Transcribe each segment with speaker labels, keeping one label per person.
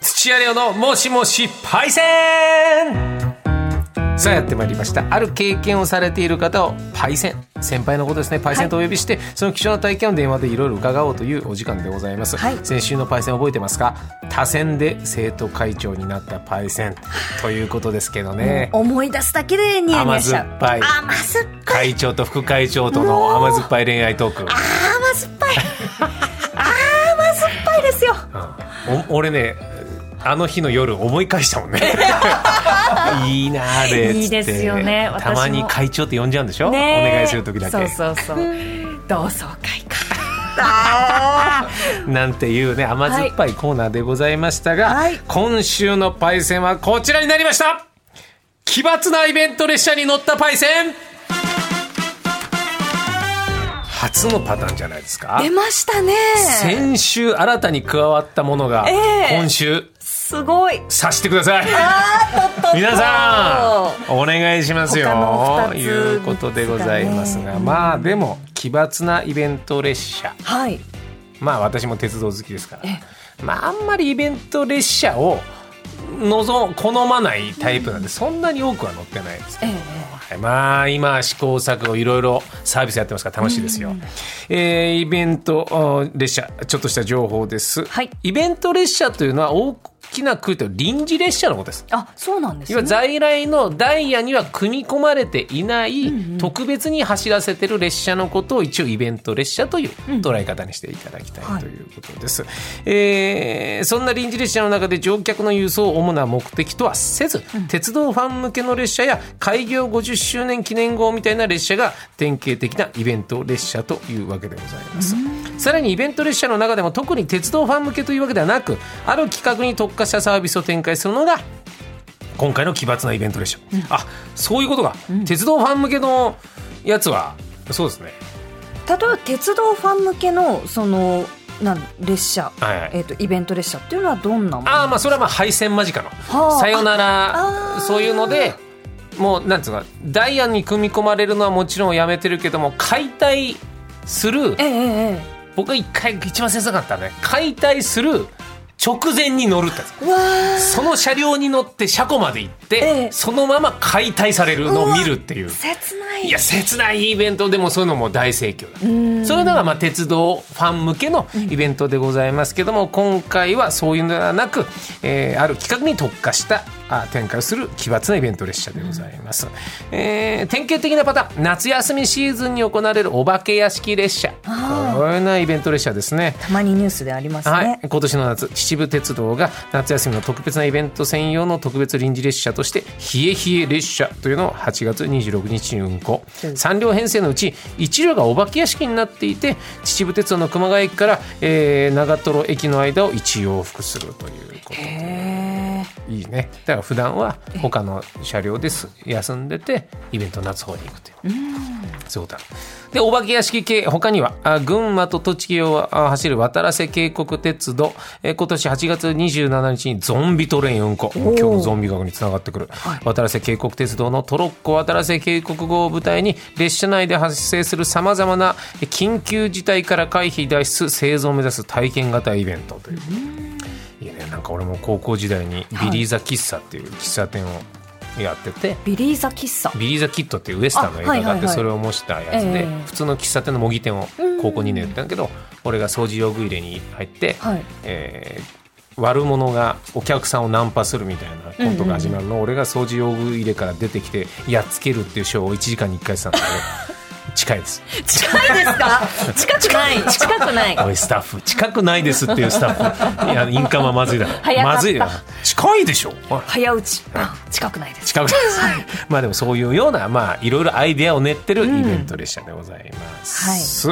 Speaker 1: 土屋レオのもしもしパイセンさあやってまいりましたある経験をされている方をパイセン先輩のことですねパイセンとお呼びして、その貴重な体験を電話でいろいろ伺おうというお時間でございます、
Speaker 2: はい
Speaker 1: 先週のパイセン覚えてますか多選で生徒会長になったパイセンということですけどね、
Speaker 2: 思い出すだけでニヤニヤしちゃう
Speaker 1: 甘酸っぱい
Speaker 2: 甘酸っぱい
Speaker 1: 会長と副会長との甘酸っぱい恋愛トーク
Speaker 2: 甘酸っぱい甘酸っぱいですよ
Speaker 1: お俺ねあの日の夜思い返したも んねいいなあれ
Speaker 2: いいですよね
Speaker 1: つって
Speaker 2: 私
Speaker 1: た
Speaker 2: も
Speaker 1: まに会長って呼んじゃうんでしょ、
Speaker 2: ねえ
Speaker 1: お願いする時だけ
Speaker 2: そうそうそう同窓会か
Speaker 1: なんていうね甘酸っぱいコーナーでございましたが、
Speaker 2: はい
Speaker 1: 今週のパイセンはこちらになりました奇抜なイベント列車に乗ったパイセン初のパターンじゃないですか
Speaker 2: 出ましたね
Speaker 1: 先週新たに加わったものが
Speaker 2: ええ
Speaker 1: 今週
Speaker 2: すごい
Speaker 1: さしてください
Speaker 2: あーとっとっと
Speaker 1: 皆さんお願いしますよ
Speaker 2: 他の
Speaker 1: と
Speaker 2: 二つ
Speaker 1: いうことでございます
Speaker 2: で
Speaker 1: が、
Speaker 2: すかね
Speaker 1: まあでも奇抜なイベント列車
Speaker 2: はい
Speaker 1: まあ私も鉄道好きですからまああんまりイベント列車を望好まないタイプなんでそんなに多くは乗ってないです
Speaker 2: ええ
Speaker 1: はいまあ今試行錯誤いろいろサービスやってますから楽しいですよ、えーイベントあー列車ちょっとした情報です、
Speaker 2: はい
Speaker 1: イベント列車というのは大きな空と臨時列車のことです
Speaker 2: あそうなんで
Speaker 1: い
Speaker 2: す
Speaker 1: わゆ
Speaker 2: ね
Speaker 1: る在来のダイヤには組み込まれていない特別に走らせてる列車のことを一応イベント列車という捉え方にしていただきた
Speaker 2: はいい
Speaker 1: ということです、えーそんな臨時列車の中で乗客の輸送を主な目的とはせず、鉄道ファン向けの列車や開業50周年記念号みたいな列車が典型的なイベント列車というわけでございます、さらにイベント列車の中でも特に鉄道ファン向けというわけではなくある企画に特化したサービスを展開するのが今回の奇抜なイベントでした、あそういうことか、鉄道ファン向けのやつはそうですね
Speaker 2: 例えば鉄道ファン向けのそのなん列車、
Speaker 1: はいはい
Speaker 2: えー、とイベント列車っていうのはどんなもの
Speaker 1: ああまあそれはまあ敗戦間近の、
Speaker 2: はあ
Speaker 1: さよな
Speaker 2: あ
Speaker 1: ら
Speaker 2: ー
Speaker 1: そういうのでもうなんつうかダイヤに組み込まれるのはもちろんやめてるけども解体する
Speaker 2: ええええ
Speaker 1: 僕が一回一番切なかったのはね解体する直前に乗るってやつ
Speaker 2: ええわあ
Speaker 1: その車両に乗って車庫まで行って、
Speaker 2: ええ
Speaker 1: そのまま解体されるのを見るっていう
Speaker 2: 切ない
Speaker 1: いや切ないイベントでもそういうのも大盛況だ
Speaker 2: うん
Speaker 1: そういうのがまあ鉄道ファン向けのイベントでございますけども、今回はそういうのではなく、えーある企画に特化したあ展開をする奇抜なイベント列車でございます、えー典型的なパターン夏休みシーズンに行われるお化け屋敷列車こ
Speaker 2: あー
Speaker 1: ういうようなイベント列車ですね
Speaker 2: たまにニュースでありますね、
Speaker 1: はい、今年の夏秩父鉄道が夏休みの特別なイベント専用の特別臨時列車として「冷え冷え列車」というのを8月26日に運行、
Speaker 2: うん
Speaker 1: 3両編成のうち1両がお化け屋敷になっていて秩父鉄道の熊谷駅から、えー長瀞駅の間を1往復するということ
Speaker 2: へ
Speaker 1: で
Speaker 2: え
Speaker 1: いいねだから普段は他の車両です休んでてイベントの夏方に行くという。そうだ。で、お化け屋敷系、他には、あ群馬と栃木をあ走る渡良瀬渓谷鉄道、えー今年8月27日にゾンビトレイン運行。今日のゾンビ学につながってくる。渡良瀬渓谷鉄道のトロッコ渡良瀬渓谷号を舞台に、列車内で発生する様々なえー緊急事態から回避脱出、製造を目指す体験型イベントという。いいね、なんか俺も高校時代にビリーザ喫茶っていう喫茶店をやってて、
Speaker 2: ビリーザ喫茶
Speaker 1: ビリー・ザ・キッドっていうウエスタンの映画があ
Speaker 2: あは
Speaker 1: っ
Speaker 2: い
Speaker 1: て
Speaker 2: はいはい
Speaker 1: それを模したやつで
Speaker 2: ええ
Speaker 1: 普通の喫茶店の模擬店を高校2年やったんだけど俺が掃除用具入れに入って
Speaker 2: はい
Speaker 1: えー悪者がお客さんをナンパするみたいなコントが始まるの俺が掃除用具入れから出てきてやっつけるっていうショーを1時間に1回やってたんだけど 近いです
Speaker 2: 近いです か近くない近くない
Speaker 1: おいスタッフ近くないですっていうスタッフいやインカムはまずいだ
Speaker 2: 早
Speaker 1: ろ
Speaker 2: かった
Speaker 1: まずいだろ近いでしょおい
Speaker 2: 早打ちあ近くないです
Speaker 1: 近くです。まあでもそういうような、まあいろいろアイデアを練ってるイベント列車でございます。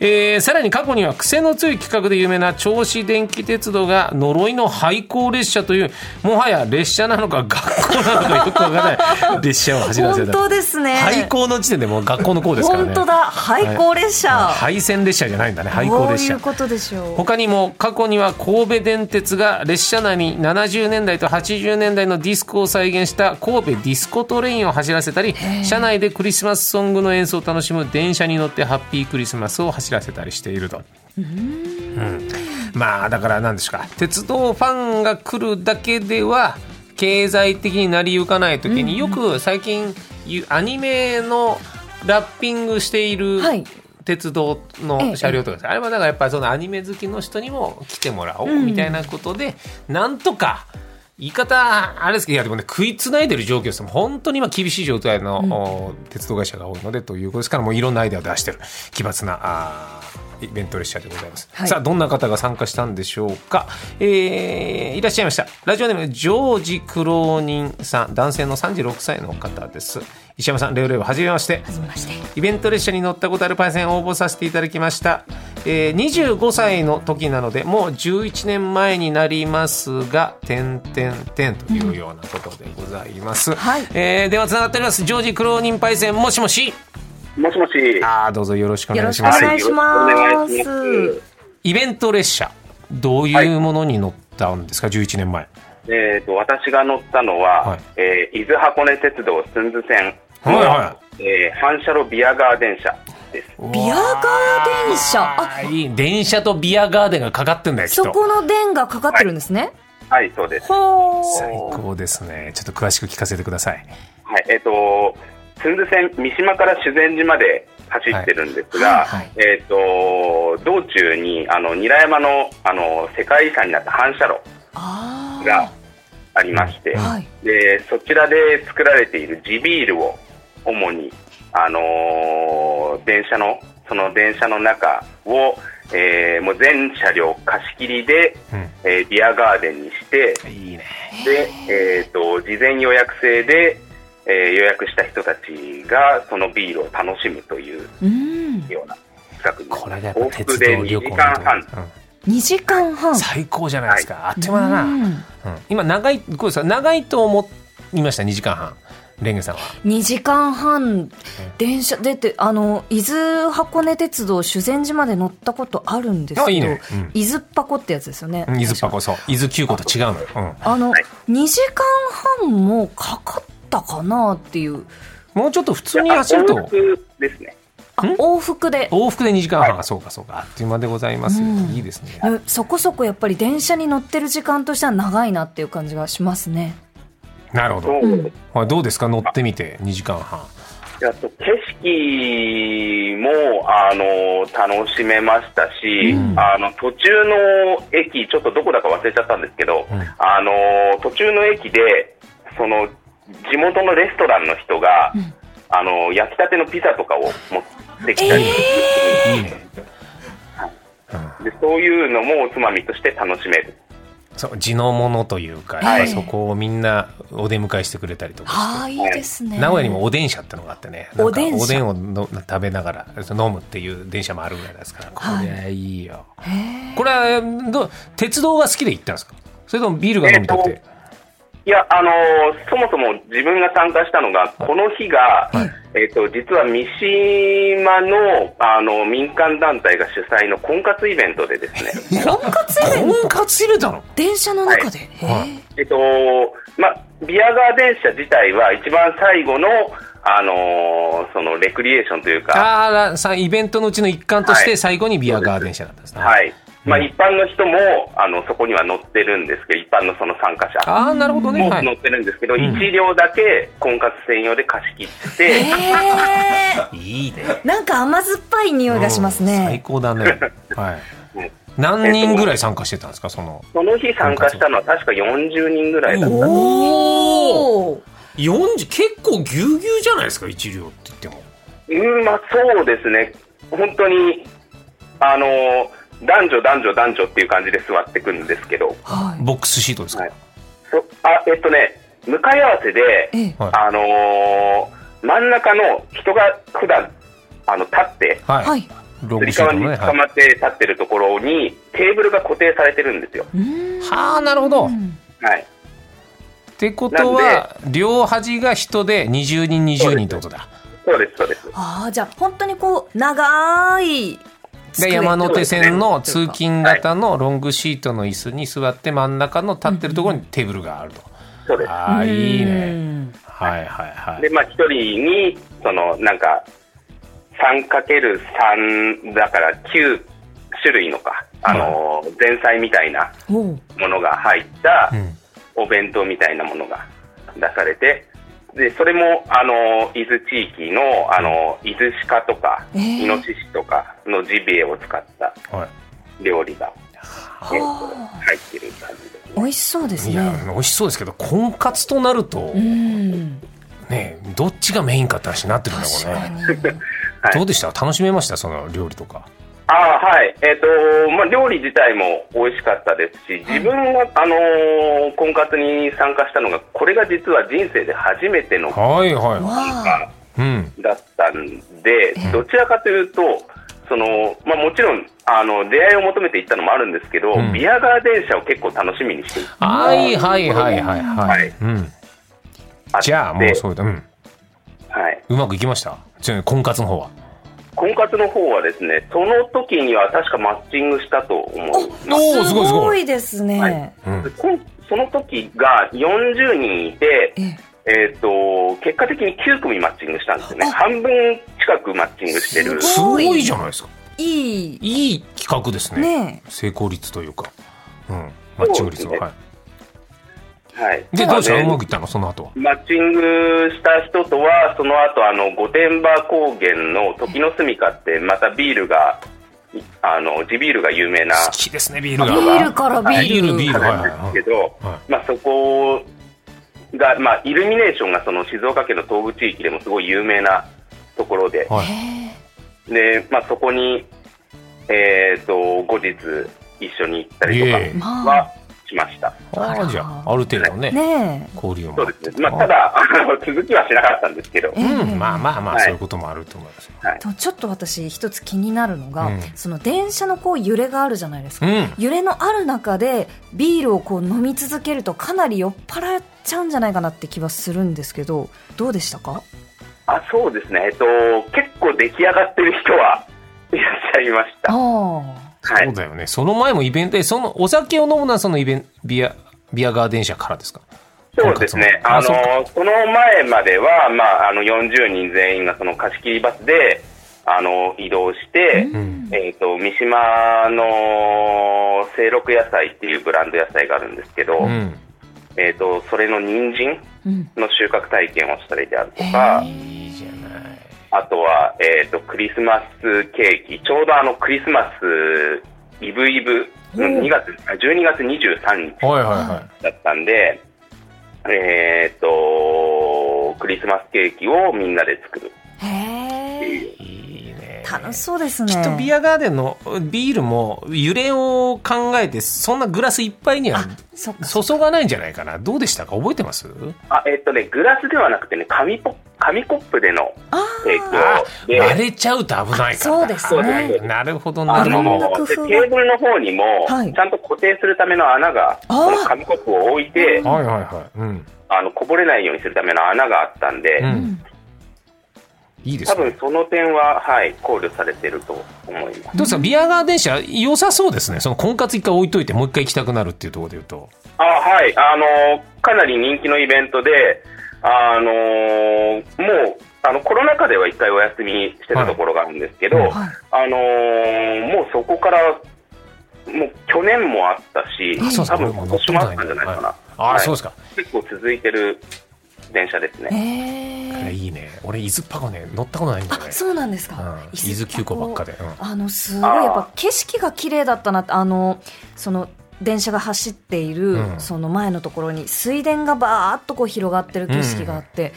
Speaker 1: えーさらに過去には癖の強い企画で有名な銚子電気鉄道が呪いの廃校列車という、もはや列車なのか学校なのかよくわからな い列車を走らせ
Speaker 2: 本
Speaker 1: た。
Speaker 2: 当ですね
Speaker 1: 廃校の時点でもう学校の校ですからね。
Speaker 2: 本当だ廃校列車、
Speaker 1: はい。廃線列車じゃないんだね。廃校列車。
Speaker 2: どういうことでしょ
Speaker 1: 他にも過去には神戸電鉄が列車内に70年代と80年代のディスコを再現した神戸ディスコトレインを走らせたり車内でクリスマスソングの演奏を楽しむ電車に乗ってハッピークリスマスを走らせたりしていると。うん、まあだから何ですか鉄道ファンが来るだけでは経済的になりゆかない時によく最近ゆアニメのラッピングしている
Speaker 2: はい
Speaker 1: 鉄道の車両とかですあれはだからやっぱりそのアニメ好きの人にも来てもらおうみたいなことで、なんとか言い方あれですけどいやでもね食いつないでる状況ですも本当に今厳しい状態の、お鉄道会社が多いのでということですからもういろんなアイデアを出してる奇抜なあーイベント列車でございます、
Speaker 2: はい
Speaker 1: さあどんな方が参加したんでしょうか、えーいらっしゃいましたラジオネームジョージ苦労人さん男性の36歳の方です石山さんレオレオはじめまして
Speaker 2: 初めまして
Speaker 1: イベント列車に乗ったことあるパイセン応募させていただきました、えー25歳の時なのでもう11年前になりますが「点点点」というようなことでございます、
Speaker 2: はい
Speaker 1: えー、電話つながっておりますジョージ苦労人パイセンもしもし
Speaker 3: もしもし。
Speaker 1: あーどうぞよろしくお
Speaker 2: よ
Speaker 1: 願
Speaker 2: ろ
Speaker 1: い
Speaker 2: し
Speaker 1: し
Speaker 2: くお
Speaker 1: ます
Speaker 2: 願いしま
Speaker 3: はいよろしくお願い
Speaker 2: す
Speaker 3: し
Speaker 1: イベント列車どういうものに乗ったんですか11年前
Speaker 3: えっ、と、私が乗ったのは、
Speaker 1: はい
Speaker 3: えー伊豆箱根鉄道寸津線
Speaker 1: はいは
Speaker 3: えー反射炉ビアガー電車です。
Speaker 2: ビアガー電車あ
Speaker 1: あいい電車とビアガーデンがかかってんだよきっ
Speaker 2: そ
Speaker 1: と
Speaker 2: この電がかかってるんですね、
Speaker 3: はい、そうです。
Speaker 2: ほ
Speaker 1: 最
Speaker 2: ー
Speaker 1: 高ですねちょっと詳しく聞かせてください
Speaker 3: はい、えっ、と、寸津線、三島から修善寺まで走ってるんです
Speaker 1: は
Speaker 3: が、
Speaker 1: いはい
Speaker 3: えっ、と、道中に、あの、韮山の、あの、世界遺産になった反射炉
Speaker 2: あー
Speaker 3: がありまして、
Speaker 2: はい
Speaker 3: でそちらで作られている地ビールを主に、あのー電車のその電車の中を、えーもう全車両貸し切りで、
Speaker 1: うん
Speaker 3: えービアガーデンにして
Speaker 1: いいね
Speaker 3: で、えー、と事前予約制で、えー予約した人たちがそのビールを楽しむという
Speaker 2: うん
Speaker 3: ような企画にな
Speaker 1: これがやっ
Speaker 3: り
Speaker 1: ぱ
Speaker 3: ます往
Speaker 1: 鉄
Speaker 3: 復
Speaker 1: 道
Speaker 3: で
Speaker 1: 旅行
Speaker 3: 2時
Speaker 1: の
Speaker 3: 間半
Speaker 1: うん
Speaker 2: 2時間半
Speaker 1: 最高じゃないですか、あっという間だな、うん
Speaker 2: うん
Speaker 1: 今長いこうです長いと思いました2時間半レンゲさんは
Speaker 2: 2時間半電車出てあの伊豆箱根鉄道修善寺まで乗ったことあるんですけど
Speaker 1: あいいねうん
Speaker 2: 伊豆っ箱ってやつですよね、
Speaker 1: うん伊豆パコそう伊豆急行と違うのよ、うん
Speaker 2: あの、
Speaker 3: はい
Speaker 2: 2時間半もかかったかなっていう
Speaker 1: もうちょっと普通
Speaker 3: い
Speaker 1: に
Speaker 3: やあ
Speaker 1: 走る
Speaker 3: 往
Speaker 1: と
Speaker 3: 復ですね
Speaker 2: あ
Speaker 1: ん
Speaker 2: 往復で、
Speaker 1: 往復で2時間半、
Speaker 3: は
Speaker 1: あそうかそうかあっという間でございますよ、
Speaker 2: うん
Speaker 1: いいですね、
Speaker 2: うんそこそこやっぱり電車に乗ってる時間としては長いなっていう感じがしますね
Speaker 1: なるほど、
Speaker 3: そう
Speaker 2: うん
Speaker 1: はい、どうですか乗ってみて2時間半
Speaker 3: あと景色もあの楽しめましたし、
Speaker 1: うん
Speaker 3: あの途中の駅、ちょっとどこだか忘れちゃったんですけど、
Speaker 1: うん
Speaker 3: あの途中の駅でその地元のレストランの人が、
Speaker 2: ん
Speaker 3: あの焼きたてのピザとかを持ってきたり、
Speaker 1: いいね、うん、
Speaker 3: でそういうのもおつまみとして楽しめる。
Speaker 1: そう地のものというか、
Speaker 2: は
Speaker 1: や
Speaker 2: い
Speaker 1: っぱそこをみんなお出迎えしてくれたりとかして
Speaker 2: はあいいですね
Speaker 1: 名古屋にもおでん車ってのがあってねなん
Speaker 2: お
Speaker 1: か
Speaker 2: でん車
Speaker 1: おでんをの食べながら飲むっていう電車もあるぐらいですからこ
Speaker 2: はい
Speaker 1: れはいいよ、
Speaker 2: へえ
Speaker 1: これはどう鉄道が好きで行ったんですかそれともビールが飲みたくて、
Speaker 3: えっいや、あのーそもそも自分が参加したのが、この日が、えっ、と、実は三島の、あの、民間団体が主催の婚活イベントでです ね、
Speaker 2: 婚活イベント
Speaker 1: 婚活入れたの
Speaker 2: 電車の中で、へえ
Speaker 1: はい
Speaker 3: えっと、ま、ビアガー電車自体は一番最後の、あのーその、レクリエーションというか、
Speaker 1: ああさイベントのうちの一環とし
Speaker 3: は
Speaker 1: て
Speaker 3: い
Speaker 1: 最後にビアガーデン車だったんですね、
Speaker 3: はい。まあ、
Speaker 1: うん
Speaker 3: 一般の人も、あの、そこには乗ってるんですけど、一般のその参加者。
Speaker 1: ああなるほどね、
Speaker 3: も
Speaker 1: は
Speaker 3: 乗
Speaker 1: い、
Speaker 3: ってるんですけど、
Speaker 1: ん
Speaker 3: 一両だけ婚活専用で貸し切って、
Speaker 2: へ え
Speaker 1: いいね
Speaker 2: なんか甘酸っぱい匂いがします
Speaker 1: うん最
Speaker 2: ね、
Speaker 1: 高だ ね、はい、
Speaker 3: はい
Speaker 1: 何人ぐらい参加してたんですかその
Speaker 3: その日参加したのは確か40人ぐらいだった。
Speaker 2: おお
Speaker 1: 40結構ぎゅうぎゅうじゃないですか一両って言っても
Speaker 3: うん、まあそうですね。本当に、あのー男女男女男女っていう感じで座ってくんですけど、
Speaker 2: はい
Speaker 1: ボックスシートですか、
Speaker 3: はいそあ、えっとね、向かい合わせで、
Speaker 2: ええ
Speaker 1: はい
Speaker 3: あのー真ん中の人が普段、あの、立って、
Speaker 1: は
Speaker 2: はい
Speaker 1: ロ
Speaker 3: つ
Speaker 1: グ
Speaker 3: り
Speaker 1: シー
Speaker 3: 革
Speaker 1: ト
Speaker 3: に
Speaker 1: のね、は
Speaker 3: 捕
Speaker 1: い、
Speaker 3: まって立ってるところに、テーブルが固定されてるんですよ。
Speaker 1: はあなるほど
Speaker 3: はい。
Speaker 1: ってことは両端が人で20人20人ってことだ
Speaker 3: そうです、そうです。
Speaker 2: ああじゃあ本当にこう長い
Speaker 1: で
Speaker 2: 机
Speaker 1: 山手線の
Speaker 2: とい
Speaker 1: 通
Speaker 2: うか
Speaker 1: 勤型のロングシートの椅子に座って真ん中の立ってるところにテーブルがあると、
Speaker 3: そうです。
Speaker 1: ああいいうね
Speaker 2: ん
Speaker 1: はいはいは
Speaker 3: で、
Speaker 1: い
Speaker 3: まあ、一人に、その、なんか、3×3 だから9種類のか、あのー前菜みたいな
Speaker 2: おう
Speaker 3: ものが入った
Speaker 1: うん
Speaker 3: お弁当みたいなものが出されて、でそれもあの伊豆地域のあの伊豆鹿とか、
Speaker 2: えー
Speaker 3: イノシシとかのジビエを使った
Speaker 1: は
Speaker 3: 料理が、えーと
Speaker 2: は
Speaker 3: 入ってる感じです
Speaker 2: 美
Speaker 3: ね。
Speaker 2: 味しそうです
Speaker 1: い、いや
Speaker 2: ね
Speaker 1: 美味しそうですけど婚活となると、
Speaker 2: うん
Speaker 1: ねどっちがメインかって話になってくるんだ
Speaker 2: 確
Speaker 1: これ
Speaker 2: か
Speaker 1: ね、
Speaker 2: に
Speaker 3: はい
Speaker 1: どうでした楽しめましたその料理とか
Speaker 3: ああはい、えっ、とまあ料理自体も美味しかったですし、自分があのー婚活に参加したのがこれが実は人生で初めての
Speaker 1: はいは
Speaker 2: わ あ
Speaker 1: いうん
Speaker 3: だったんで
Speaker 2: ええ、
Speaker 3: どちらかというと、そのまあ、もちろんあの出会いを求めて行ったのもあるんですけど、
Speaker 1: うん
Speaker 3: ビアガー電車を結構楽しみにして
Speaker 1: はいはいはいはいは
Speaker 3: はいい、
Speaker 1: うん、
Speaker 3: あって
Speaker 1: じゃあもうそうだ、うん、
Speaker 3: はい、
Speaker 1: うまくいきましたちなみに婚活の方は
Speaker 3: 婚活の方はですねその時には確かマッチングしたと思う
Speaker 1: おーす
Speaker 2: す
Speaker 1: ごいすご
Speaker 2: ご
Speaker 1: い
Speaker 2: いです
Speaker 3: は
Speaker 2: ね
Speaker 3: い
Speaker 1: うん
Speaker 3: こんその時が40人いて、
Speaker 2: え
Speaker 3: えっと結果的に9組マッチングしたんですよね
Speaker 2: あ
Speaker 3: 半分近くマッチングしてる
Speaker 2: す
Speaker 1: すごいじゃないですか
Speaker 2: いい
Speaker 1: いい企画ですね
Speaker 2: ね
Speaker 1: 成功率というか、うん、マッチング率は、
Speaker 3: そうですね
Speaker 1: は
Speaker 3: はい
Speaker 1: い、でどうした
Speaker 3: なの
Speaker 1: うまくいったのその後は
Speaker 3: マッチングした人とは、その後あの御殿場高原の時の住みかって、またビールが、あの地ビールが有名な
Speaker 1: 好きですねビール
Speaker 2: ビ
Speaker 1: が
Speaker 2: ールからビール
Speaker 1: ビールビールはいはい
Speaker 3: なんですけど、
Speaker 1: は
Speaker 3: まあ、そこが、まあ、イルミネーションがその静岡県の東部地域でもすごい有名なところで
Speaker 1: い、、はい、
Speaker 2: へ
Speaker 3: でまあ、そこに、えー、と後日、一緒に行ったりと
Speaker 1: え
Speaker 2: えま
Speaker 3: か
Speaker 2: あ
Speaker 3: はしました。
Speaker 1: ああじゃあある程度ね
Speaker 2: ね
Speaker 1: 交流も
Speaker 3: そ
Speaker 1: あ
Speaker 3: う
Speaker 1: って
Speaker 3: ですねまあ、ただ あの、続きはしなかったんですけど
Speaker 2: え、
Speaker 1: うん、まあまあまあ、
Speaker 3: はい
Speaker 1: そういうこともあると思いますよ。
Speaker 2: えとちょっと私一つ気になるのが、
Speaker 1: うん
Speaker 2: その電車のこう揺れがあるじゃないです
Speaker 1: う
Speaker 2: か、
Speaker 1: ん。
Speaker 2: 揺れのある中でビールをこう飲み続けるとかなり酔っ払っちゃうんじゃないかなって気はするんですけどどうでしたか
Speaker 3: あそうですね、えっと、結構出来上がってる人はいら っしゃいまし
Speaker 2: あ
Speaker 3: た。
Speaker 2: あ
Speaker 3: は
Speaker 1: そう
Speaker 3: い、
Speaker 1: だよね。その前もイベントで、そのお酒を飲むのはそのイベンビア、ビアガー電車からですか
Speaker 3: そうですね、
Speaker 1: あ
Speaker 3: あ
Speaker 1: そうか
Speaker 3: のその前までは、まあ、あの40人全員がその貸し切りバスであの移動して、
Speaker 1: ん
Speaker 3: えっと三島の清六野菜っていうブランド野菜があるんですけど、
Speaker 1: うん。
Speaker 3: えっとそれの人参
Speaker 2: うん
Speaker 3: の収穫体験をしたりであると
Speaker 2: へ
Speaker 3: か、
Speaker 1: いいじゃない。
Speaker 3: あとは、えっとクリスマスケーキちょうどあのクリスマスイブイブ
Speaker 2: うん
Speaker 3: 2月あ12月23日
Speaker 1: はいはいは
Speaker 3: だったんで、えっとクリスマスケーキをみんなで作る
Speaker 2: へえ
Speaker 1: い。いいね。
Speaker 2: 楽しそうですね
Speaker 1: きっとビアガーデンのビールも揺れを考えて、そんなグラスいっぱいには
Speaker 2: そっか
Speaker 1: 注がないんじゃないかな。どうでしたか覚えてます
Speaker 3: あえっ、とねグラスではなくてね紙ポ紙コップでの
Speaker 2: あ
Speaker 3: 提
Speaker 1: あ
Speaker 3: 供で
Speaker 1: 慣れちゃうと危ないからな。
Speaker 2: あそうです
Speaker 3: ね
Speaker 1: なるほどな
Speaker 3: あ
Speaker 1: るほ
Speaker 2: いろんな
Speaker 1: ど。
Speaker 2: 工
Speaker 3: ので
Speaker 2: 夫
Speaker 3: テ
Speaker 2: が
Speaker 3: ーブルの方にも、
Speaker 2: はい
Speaker 3: ちゃんと固定するための穴が
Speaker 2: あー
Speaker 3: この紙コップを置いて
Speaker 1: はいはいはい。うん。
Speaker 3: あのこぼれないようにするための穴があったんで、
Speaker 1: う。
Speaker 2: あうんん
Speaker 1: いいです
Speaker 3: 多
Speaker 1: ね。
Speaker 3: 分その点は、はい、考慮されてると思います。
Speaker 1: どうですかビアガー電車良さそうですねその婚活一回置いといてもう一回行きたくなるっていうところで言うと
Speaker 3: あはい、あのかなり人気のイベントで、あのもうあのコロナ禍では一回お休みしてたところがあるんですけど、
Speaker 1: はい
Speaker 2: はい
Speaker 3: あのもうそこから、もう去年もあったし、
Speaker 1: あそうですか
Speaker 3: 多分今年もあったんじゃないかな。
Speaker 1: ああ
Speaker 3: はい
Speaker 1: そうですか、
Speaker 3: 結構続いてる電車ですね。
Speaker 1: い、
Speaker 2: へえ
Speaker 1: いいね俺伊豆パコね乗ったことないんだ
Speaker 2: あ
Speaker 1: よね
Speaker 2: そうなんです
Speaker 1: うん
Speaker 2: か、
Speaker 1: 伊豆急行ばっかで、うん
Speaker 2: あのすごいやっぱ景色が綺麗だったなってあのその電車が走っている、
Speaker 1: うん
Speaker 2: その前のところに水田がバーっとこう広がってる景色があって、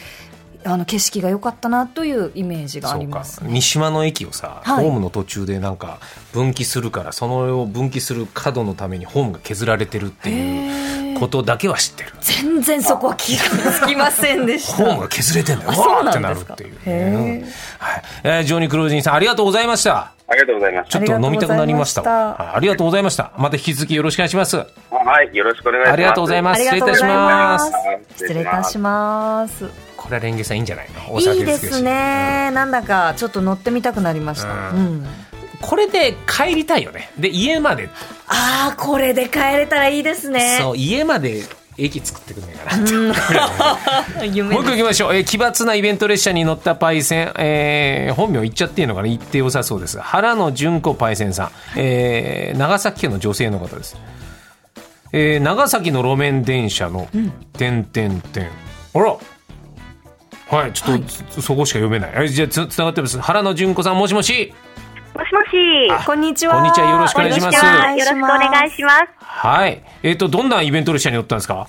Speaker 2: あの景色が良かったなというイメージがあ
Speaker 1: そ
Speaker 2: り
Speaker 1: うか
Speaker 2: ます、
Speaker 1: 三島の駅をさ、
Speaker 2: はい
Speaker 1: ホームの途中でなんか分岐するからそのを分岐する角のためにホームが削られてるっていう
Speaker 2: へー
Speaker 1: ことだけは知ってる
Speaker 2: 全然そこは気がつきませんで し
Speaker 1: ホーム
Speaker 2: た
Speaker 1: が削れてんだよわ
Speaker 2: あそ
Speaker 1: ー
Speaker 2: う
Speaker 1: っ
Speaker 2: な
Speaker 1: て
Speaker 2: ん
Speaker 1: な
Speaker 2: で
Speaker 1: る
Speaker 2: す
Speaker 1: っ
Speaker 2: か
Speaker 1: ていうね、
Speaker 2: へー
Speaker 1: うんはいえージョニー・クロージンさんありがとうございました
Speaker 3: ありがとうございまし
Speaker 1: ちょ
Speaker 3: た
Speaker 1: っと飲みたくなりましたわ
Speaker 2: ありがとうございました
Speaker 1: はいありがとうございましたまた引き続きよろしくお願いします。
Speaker 3: はい、よろしくお願いします。
Speaker 1: ありがとうございま
Speaker 2: あ
Speaker 1: す
Speaker 2: りがとうございます失礼いたします
Speaker 1: これはレンゲさんいいんじゃないのお
Speaker 2: い
Speaker 1: 酒
Speaker 2: い
Speaker 1: 好
Speaker 2: で
Speaker 1: きだし
Speaker 2: すね、なんだかちょっと乗ってみたくなりました、
Speaker 1: う
Speaker 2: うんん
Speaker 1: これで帰りたいよねで家まで、
Speaker 2: ああこれで帰れたらいいですね
Speaker 1: そう家まで駅作ってくんねえかなって
Speaker 2: 夢
Speaker 1: もう一個
Speaker 2: で
Speaker 1: 行きましょう、えー奇抜なイベント列車に乗ったパイセン、えー本名言っちゃっていいのかな言って良さそうです原野純子パイセンさん、えー長崎県の女性の方です、えー長崎の路面電車の「点点点」あらはいちょっと、つそこしか読めないえじゃあつつながってます原野純子さんもしもし
Speaker 4: もしもし。
Speaker 1: あ
Speaker 2: こんにちは
Speaker 1: こんにちはよろしくお願いします
Speaker 4: よろしくお願いします。
Speaker 1: はいえっ、とどんなイベント列車に乗ったんですか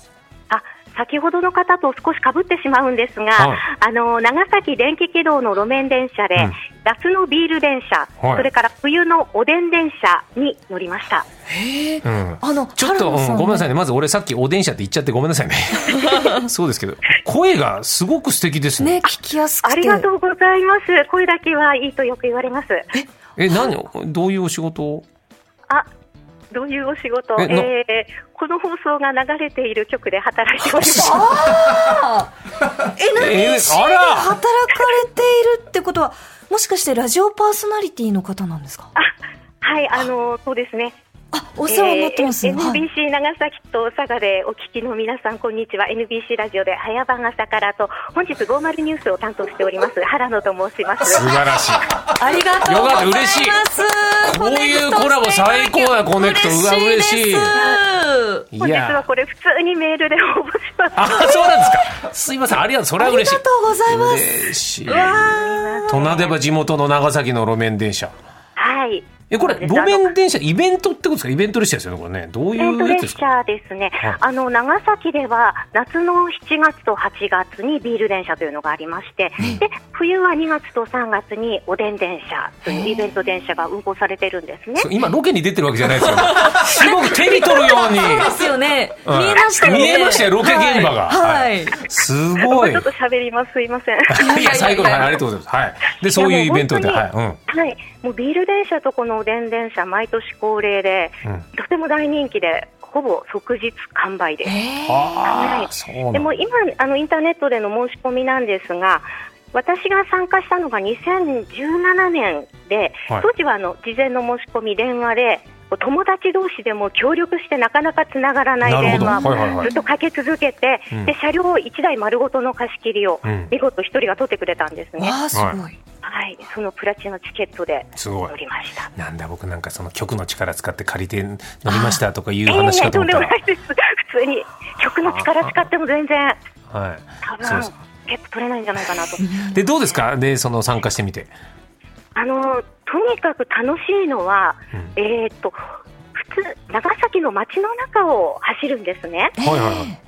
Speaker 4: あ、先ほどの方と少し被ってしまうんですが、
Speaker 1: はい
Speaker 4: あの長崎電気軌道の路面電車で、
Speaker 1: うん
Speaker 4: 夏のビール電車、
Speaker 1: はい
Speaker 4: それから冬のおでん電車に乗りました。
Speaker 1: うん
Speaker 2: あの
Speaker 1: ちょっと、
Speaker 2: 春菜
Speaker 1: う
Speaker 2: さ
Speaker 1: ん
Speaker 2: ん
Speaker 1: ごめんなさいね。まず俺さっきお電車って言っちゃってごめんな さいね。そうですけど、声がすごく素敵ですね。
Speaker 2: ね聞きやすくて
Speaker 4: ありがとうございます。声だけはいいとよく言われます。
Speaker 1: え、何どういうお仕事を
Speaker 4: あ、どういうお仕事？
Speaker 1: え
Speaker 4: え
Speaker 1: な
Speaker 4: ーこの放送が流れている局で働いております。
Speaker 1: えー、あら
Speaker 2: 働かれているってことはもしかしてラジオパーソナリティの方なんですか
Speaker 4: はい、あのそうですね。
Speaker 2: あお世話になってます、
Speaker 4: えー
Speaker 2: はい
Speaker 4: NBC 長崎と佐賀でお聞きの皆さんこんにちは NBC ラジオで早番朝からと本日50ニュースを担当しております原野と申します
Speaker 1: 素晴ら しい。
Speaker 2: ありがとう
Speaker 1: よ
Speaker 2: ございます
Speaker 1: かった嬉しいこういうコラボ最高だコネクトうわ嬉しい
Speaker 2: あ
Speaker 1: い
Speaker 4: 本日は
Speaker 1: や。
Speaker 4: これ普通にメールで応募します
Speaker 1: あ、そうなんですか。すいません。ありがとう。それは
Speaker 2: り
Speaker 1: 嬉し
Speaker 2: が
Speaker 1: い
Speaker 2: と。うございます
Speaker 1: 嬉しい。となれば地元の長崎の路面電車。
Speaker 4: はい
Speaker 1: え、これ、路面電車、イベントってことですかイベント列車ですよね、これね。どうい
Speaker 4: イベント
Speaker 1: うやつで
Speaker 4: 列
Speaker 1: すか
Speaker 4: 車ですね
Speaker 1: はい、
Speaker 4: あの長崎では夏の7月と8月にビール電車というのがありまして、で冬は2月と3月におでん電車というイベント電車が運行されてるんですね。
Speaker 1: そう今、ロケに出てるわけじゃない ですよ。すごく手に取るように。
Speaker 2: ですよね
Speaker 1: うん
Speaker 2: 見えましたよね
Speaker 1: 見えましたよロケ現場が
Speaker 2: はい、はい
Speaker 1: す
Speaker 4: も
Speaker 1: ご
Speaker 4: う
Speaker 1: い
Speaker 4: ちょっ。と喋ります、すいません。
Speaker 1: いや、最後の、はい、ありがとうございます。はい。で、そういうイベントで、
Speaker 4: い
Speaker 1: はい
Speaker 4: や。
Speaker 1: うん。
Speaker 4: はい、もうビール電車とこのおでん電車、毎年恒例で、
Speaker 1: うん
Speaker 4: とても大人気で、ほぼ即日完売です。
Speaker 2: えー
Speaker 1: あ
Speaker 4: は
Speaker 1: あ、
Speaker 4: い
Speaker 1: そう
Speaker 4: で
Speaker 1: なん
Speaker 4: も
Speaker 1: だ。
Speaker 4: 今あの、インターネットでの申し込みなんですが、私が参加したのが2017年で、
Speaker 1: はい
Speaker 4: 当時はあの事前の申し込み、電話で、お友達同士でも協力してなかなかつながらない
Speaker 1: なる
Speaker 4: 電
Speaker 1: ほど。は
Speaker 4: 話
Speaker 1: いはいはい
Speaker 4: ずっ。とかけ続けて、
Speaker 1: うん
Speaker 4: で車両1台丸ごとの貸し切りを
Speaker 1: うん
Speaker 4: 見事1人が取ってくれたんですね、
Speaker 2: わあすごい
Speaker 4: はい、そのプラチナチケットです
Speaker 1: ご
Speaker 4: 乗
Speaker 1: い。
Speaker 4: りました。
Speaker 1: なんだ、僕なんかその曲の力使って借りて乗りましたとかいう
Speaker 4: ええ
Speaker 1: 話かと
Speaker 4: とん
Speaker 1: 思った
Speaker 4: でも
Speaker 1: ら
Speaker 4: な。いです。普通に曲の力使っても全然
Speaker 1: は
Speaker 4: 多
Speaker 1: そうで
Speaker 4: 分
Speaker 1: す
Speaker 4: ゲット取れないんじゃないかなと。
Speaker 1: い。で、どうですかで、その参加してみて。
Speaker 4: あのとにかく楽しいのは、
Speaker 1: うん
Speaker 4: えーっと普通長崎の街の中を走るんですね。
Speaker 1: はいはい はい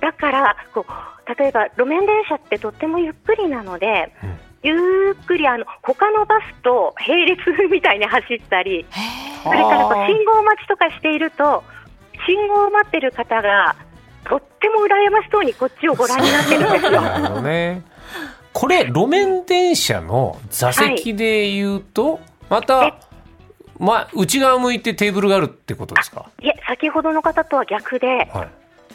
Speaker 4: だからこう例えば路面電車ってとってもゆっくりなので。
Speaker 1: うん
Speaker 4: ゆっくりあの他のバスと並列みたいに走ったり、それからこう
Speaker 1: あー
Speaker 4: 信号待ちとかしていると、信号を待ってる方が、とっても羨ましそうにこっちをご覧になってるん ですよ。
Speaker 1: なるほどね。これ、路面電車の座席で言うと、また
Speaker 4: え、
Speaker 1: まあ、内側向いてテーブルがあるってことですか
Speaker 4: いえ、先ほどの方とは逆で、
Speaker 1: はい。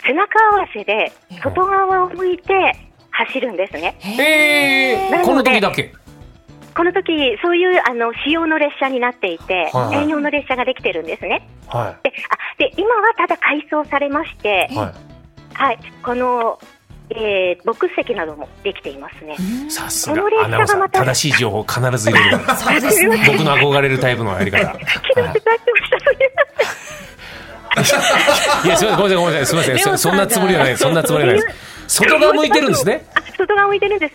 Speaker 4: 背中合わせで、外側を向いて走るんですね。
Speaker 1: え
Speaker 4: な
Speaker 1: ー、
Speaker 4: ので
Speaker 1: この時だけ。
Speaker 4: この時、そういうあの仕様の列車になっていて、
Speaker 1: はい
Speaker 4: 専用の列車ができてるんですね。
Speaker 1: は
Speaker 4: で、あで今はただ改装されまして
Speaker 1: い。、は
Speaker 4: はい、この、えー、ボックス席などもできていますね。
Speaker 1: い。さす
Speaker 4: こ
Speaker 1: が
Speaker 4: の列、車
Speaker 1: アナウンサ
Speaker 4: が
Speaker 1: ー。
Speaker 4: また
Speaker 1: 正しい情報を必ず入れるから。
Speaker 2: そうですね
Speaker 1: 僕の憧れるタイプのやり方。は い
Speaker 4: 気のせて大丈夫したという
Speaker 1: いや、すみません、ごめんなさい、ごめんなさい、すみません、
Speaker 2: レ
Speaker 1: そ
Speaker 2: オさん
Speaker 1: そ
Speaker 2: が
Speaker 1: んなつもりはない、そんなつもりはないです。外側向いてるんですね。
Speaker 4: あ。外側向いてるんです。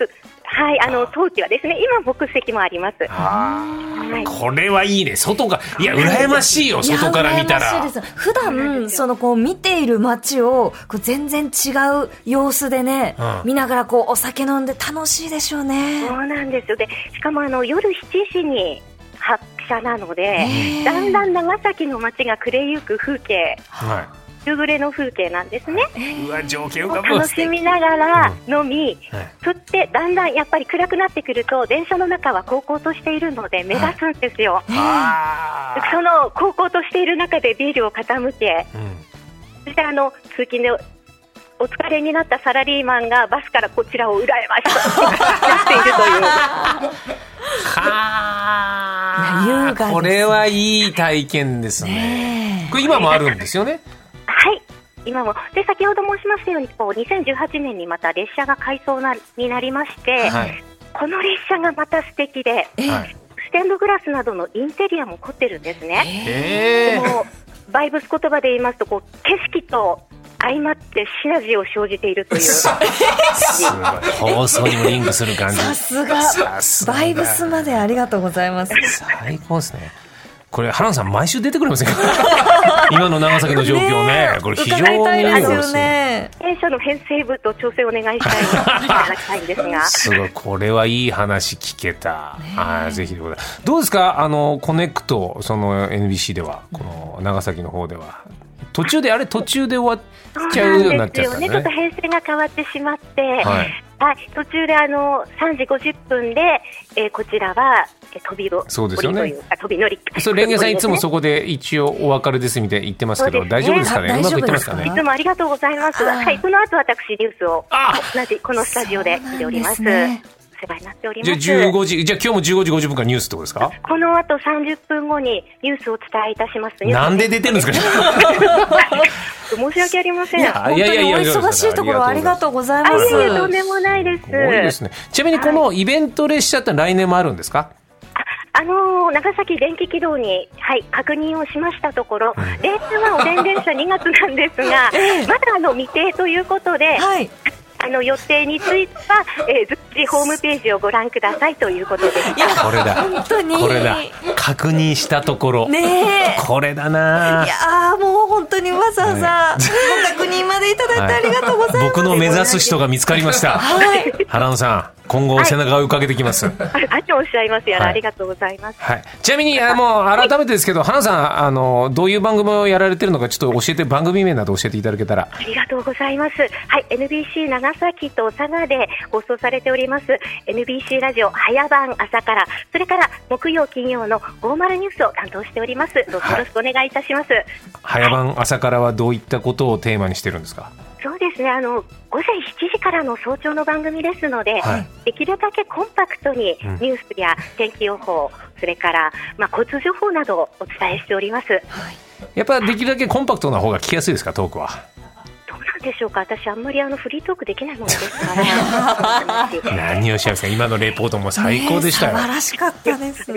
Speaker 4: はい、あの当時はですね、今ボックス席もあります。はい。
Speaker 1: これはいいね、外が、いや、羨ましいよ、
Speaker 2: いや
Speaker 1: 外から見た
Speaker 2: 羨
Speaker 1: ら
Speaker 2: まし。いです普段そのこう見ている街をこう全然違う様子でね、
Speaker 1: うん
Speaker 2: 見ながらこうお酒飲んで楽しいでしょうね。
Speaker 4: そうなんですよ。で、しかもあの夜7時に発車なので、
Speaker 2: へー
Speaker 4: だんだん長崎の街が暮れゆく風景、
Speaker 1: は
Speaker 4: 夕暮れの風景なんですね。
Speaker 1: い。うわ、情景浮かぶ。
Speaker 4: 楽しみながら飲み、
Speaker 1: はい
Speaker 4: そしてだんだんやっぱり暗くなってくると電車の中は高校としているので目立つんですよ。
Speaker 1: あー
Speaker 4: その高校としている中でビールを傾け、
Speaker 1: うん
Speaker 4: そしてあの通勤でおお疲れになったサラリーマンがバスからこちらを羨ま しくなっているという。
Speaker 1: はー
Speaker 2: いや優雅ですね
Speaker 1: これはいい体験ですね。
Speaker 2: ね
Speaker 1: これ今もあるんですよね。
Speaker 4: はい。今もで先ほど申しましたようにこう2018年にまた列車が改装なになりまして、
Speaker 1: はい。
Speaker 4: この列車がまた素敵で
Speaker 2: え
Speaker 1: はい。
Speaker 4: ステンドグラスなどのインテリアも凝ってるんですね。
Speaker 1: えー
Speaker 4: もうバイブス言葉で言いますとこう景色と相まってシナジーを生じているという。
Speaker 1: すごい。放送にもリンクする感じ。
Speaker 2: さすが
Speaker 1: さすが
Speaker 2: バイブスまでありがとうございます
Speaker 1: 最高ですね。これ、原野さん、毎週出てくれませんか 今の長崎の状況ね。これ、非常に
Speaker 2: 伺いたいですよ
Speaker 1: ね。
Speaker 2: ね
Speaker 4: 弊社の編成部と調整をお願 いしたいいただきたいんですが。
Speaker 1: すごい、これはいい話聞けた。はい、ぜひでございます。どうですかあの、コネクト、その NBC では、この長崎の方では。途中で、あれ途中で終わっちゃうようになっちゃったん
Speaker 4: そうなんですよね。ちょ
Speaker 1: だ
Speaker 4: っと
Speaker 1: ね。
Speaker 4: 編成が変わってしまって、
Speaker 1: は
Speaker 4: はいい、途中であの3時50分で、えーこちらは、えー飛びを
Speaker 1: そうですよね
Speaker 4: 降りというあ飛び乗り。
Speaker 1: それ、レンゲさん、いつも
Speaker 4: そ
Speaker 1: そこで一応お別れですみたいに言ってますけど、
Speaker 4: そうですね
Speaker 1: 大丈夫ですかね
Speaker 2: あ
Speaker 1: うまくいってますか
Speaker 2: 大丈夫
Speaker 1: ね
Speaker 2: です
Speaker 4: い
Speaker 2: か
Speaker 4: つもありがとうございます。
Speaker 2: はい
Speaker 4: はい、この後私ニュースを
Speaker 1: あ
Speaker 4: 同じこのスタジオで見ております。
Speaker 2: そうなんですね
Speaker 4: お世話になっており
Speaker 1: じゃあ
Speaker 4: ます。
Speaker 1: 15時、じゃあ今日も15時50分からニュースってことですか
Speaker 4: この後30分後にニュースをお伝えいたします。
Speaker 1: なんで出てるんですか
Speaker 4: 申し訳ありません。
Speaker 1: や
Speaker 4: あ、
Speaker 1: あい
Speaker 2: 本当に
Speaker 1: い
Speaker 2: お
Speaker 1: やいや
Speaker 2: 忙しいところありがとうござい
Speaker 4: い
Speaker 2: ます、
Speaker 4: えいえ、とんでもないです。
Speaker 1: すごいですね。ちなみにこのイベント列車って来年もあるんですか
Speaker 4: あのー長崎電気軌道に、はい、確認をしましたところ、例年はおでん電車2月なんです が
Speaker 2: ええ
Speaker 4: まだあの未定ということで、
Speaker 2: はい
Speaker 4: あの予定については、えー、随時ホームページをご覧くださいということ でした。
Speaker 1: これだ。
Speaker 2: 本当に
Speaker 1: これだ。確認したところ。
Speaker 2: ねえ
Speaker 1: これだない
Speaker 2: やーもう本当にわざわざご確認までいただいてありがとうございます、
Speaker 1: 僕の目指す人が見つかりました。
Speaker 2: はい
Speaker 1: 原野さん、今後背中を追いかけてきます。
Speaker 4: ああとおっしゃいますやら、
Speaker 1: はい
Speaker 4: ありがとうございます。
Speaker 1: はい。ちなみに、あもう改めてですけど、原野さん、あの、どういう番組をやられてるのか、ちょっと教えて、番組名など教えていただけたら。
Speaker 4: ありがとうございます。はい、NBC 長崎と佐賀で放送されております NBC ラジオ早番朝から、それから木曜金曜の50ニュースを担当しております。どうぞよろしくお願いいたします。
Speaker 1: 早番朝からはどういったことをテーマにしてるんですか
Speaker 4: そうですねあの午前7時からの早朝の番組ですので、
Speaker 1: はい
Speaker 4: できるだけコンパクトに
Speaker 1: ん
Speaker 4: ニュースや天気予報、それから、まあ、交通情報などをお伝えしております。
Speaker 1: やっぱできるだけコンパクトな方が聞きやすいですか、トークは。
Speaker 4: どうなんでしょうか、私、あんまりあのフリートークできないものですか ら、
Speaker 1: 何をおっしゃいますか今のレポートも最高でしたよ
Speaker 2: ねえ。素晴らしかったです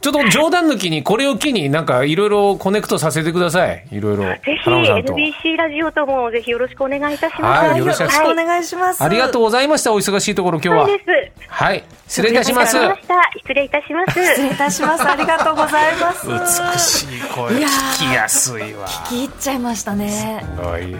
Speaker 1: ちょっと冗談抜きに、これを機に、なんかいろいろコネクトさせてください。いろいろ。
Speaker 4: ぜひ
Speaker 1: 花尾さんと。
Speaker 4: NBC ラジオともぜひよろしくお願いいたしま
Speaker 1: は
Speaker 4: す。
Speaker 1: い
Speaker 2: よ
Speaker 1: よ
Speaker 2: ろ
Speaker 1: ろ
Speaker 2: し
Speaker 1: し
Speaker 2: く
Speaker 1: く
Speaker 2: お願いします
Speaker 1: ありがとうございました。お忙しいところ、今
Speaker 4: は
Speaker 1: 日
Speaker 4: いそう
Speaker 1: は。
Speaker 4: です。
Speaker 1: はい。失礼いたします。
Speaker 4: わかりした失礼いたします。
Speaker 2: 失礼いたしますありがとうございます
Speaker 1: 美しい声、
Speaker 2: いやー
Speaker 1: 聞きやすいわ。す
Speaker 2: 聞き入っちゃいましたね
Speaker 1: ごいよ。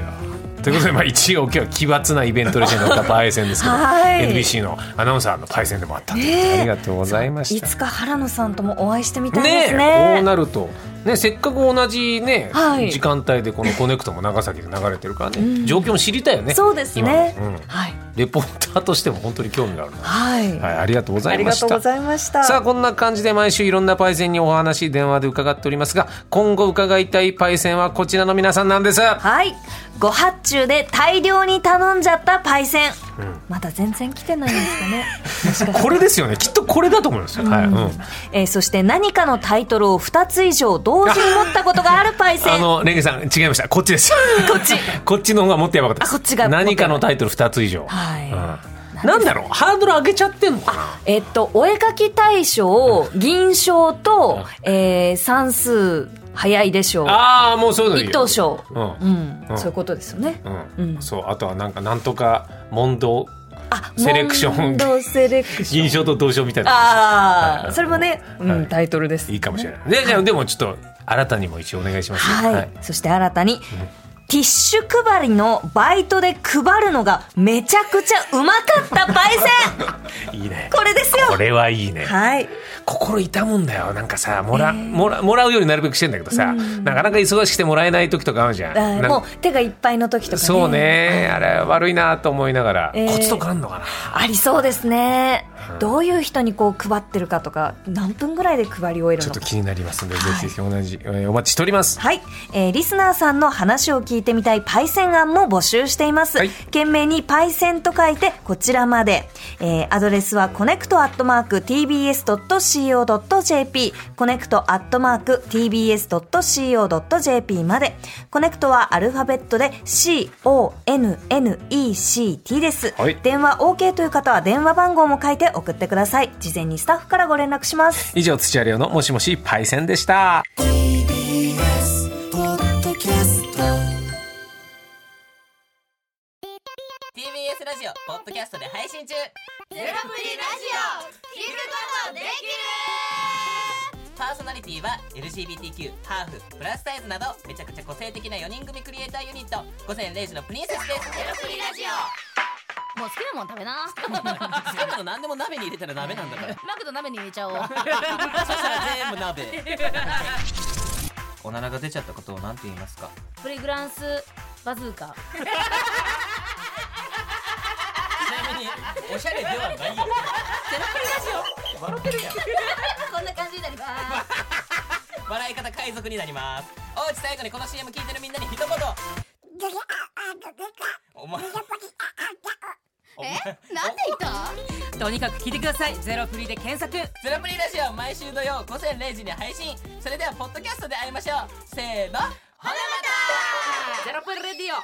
Speaker 1: ということで、まあ、一応今日は奇抜なイベントレジェンドだったパイセンですけど、
Speaker 2: はい
Speaker 1: NBC のアナウンサーのパイセンでもあったということで、
Speaker 2: ねえ
Speaker 1: ありがとうございま
Speaker 2: い
Speaker 1: した。
Speaker 2: つか原野さんともお会いしてみたいで
Speaker 1: ね
Speaker 2: す
Speaker 1: え
Speaker 2: ね
Speaker 1: こうなると、ね、せっかく同じ、ね
Speaker 2: はい
Speaker 1: 時間帯でこの「コネクト」も長崎で流れてるからね、
Speaker 2: うん
Speaker 1: 状況も知りたいよね
Speaker 2: そうですね
Speaker 1: 今のうん
Speaker 2: はい
Speaker 1: レポーターとしても本当に興味があるな、
Speaker 2: はい、
Speaker 1: はい、ありがとうござ
Speaker 2: あ
Speaker 1: い
Speaker 2: り
Speaker 1: ま
Speaker 2: が
Speaker 1: し
Speaker 2: とうご
Speaker 1: た
Speaker 2: ざいました
Speaker 1: さあこんな感じで毎週いろんなパイセンにお話電話で伺っておりますが今後伺いたいパイセンはこちらの皆さんなんです
Speaker 2: はいご発注で大量に頼んじゃったパイセン、まだ全然来てないんですかねもしかして
Speaker 1: これですよねきっとこれだと思いますよ、はいうん
Speaker 2: えーそして何かのタイトルを2つ以上同時に持ったことがあるパイセ
Speaker 1: あ
Speaker 2: ンこ
Speaker 1: のレンゲさん違いましたこっちです
Speaker 2: っち
Speaker 1: こっちの方がもっとやばかったです
Speaker 2: あこっちが
Speaker 1: 何かのタイトル2つ以上、
Speaker 2: はい
Speaker 1: うんなんだろうハードル上げちゃってんのかな
Speaker 2: えっとお絵描き大賞銀賞と、えー算数早いでしょう
Speaker 1: ああもうそういうのいいよ
Speaker 2: 一等賞、
Speaker 1: う
Speaker 2: うんん
Speaker 1: うん
Speaker 2: そういうことですよね、
Speaker 1: うん、
Speaker 2: うん
Speaker 1: そうあとはなんかなんとか問答
Speaker 2: あ
Speaker 1: セレクション
Speaker 2: 問答セレクション
Speaker 1: 銀賞と同賞みたいな
Speaker 2: あ
Speaker 1: は
Speaker 2: あ
Speaker 1: い
Speaker 2: それもね、うん
Speaker 1: はい
Speaker 2: タイトルです
Speaker 1: いいかもしれない、ね、じゃあでもちょっと新たにも一応お願いします
Speaker 2: はい、そして新たに、ティッシュ配りのバイトで配るのがめちゃくちゃうまかったパイセン
Speaker 1: い、いいね
Speaker 2: これですよ
Speaker 1: これはいいね
Speaker 2: はい
Speaker 1: 心痛むんだよなんかさもら,、もらもらうようになるべくしてんだけどさ、なかなか忙しくてもらえない時とかあるじゃん
Speaker 2: あ
Speaker 1: なんか
Speaker 2: もう手がいっぱいの時とかね
Speaker 1: そうねあれ悪いなと思いながら、
Speaker 2: えー
Speaker 1: コツとかあんのかな
Speaker 2: ありそうですね、どういう人にこう配ってるかとか何分ぐらいで配り終え
Speaker 1: ち
Speaker 2: る
Speaker 1: ょっと
Speaker 2: のか
Speaker 1: 気になりますんで、ぜひぜひ同じ、えーお待ちしております
Speaker 2: はい、えーリスナーさんの話を聞いいてみたいパイセン案も募集しています。
Speaker 1: はい
Speaker 2: 懸命にパイセンと書いてこちらまで。えーアドレスはコネクトアットマーク tbs.co.jp コネクトアットマーク tbs.co.jp まで。コネクトはアルファベットで c-o-n-n-e-c-t です。
Speaker 1: はい
Speaker 2: 電話 OK という方は電話番号も書いて送ってください。事前にスタッフからご連絡します。
Speaker 1: 以上土屋亮のもしもしパイセンでした
Speaker 5: TBS ラジオポッドキャストで配信中ゼロプリラジオ聞くことできるパーソナリティは LGBTQ ハーフプラスサイズなどめちゃくちゃ個性的な4人組クリエイターユニット午前0時のプリンセスですゼロプリラジオ
Speaker 6: もう好きなもん食べな
Speaker 5: 好きなの何でも鍋に入れたら鍋なんだから
Speaker 6: マクド鍋に入れ ちゃおう
Speaker 5: そしたら全部鍋おならが出ちゃったことを何て言いますか
Speaker 6: プリグランスバズーカ
Speaker 5: ちなみにおしゃれではないよゼロプリラジオ笑ってるやん
Speaker 6: こんな感じになります
Speaker 5: 笑い方海賊になりますおうち最後にこの CM 聞いてるみんなに一言お前お前
Speaker 6: なんで言ったとにかく聞いてくださいゼロプリで検索
Speaker 5: ゼロプリラジオ毎週土曜午前0時に配信それではポッドキャストで会いましょうせーのほなまた
Speaker 6: ゼロプリレディオ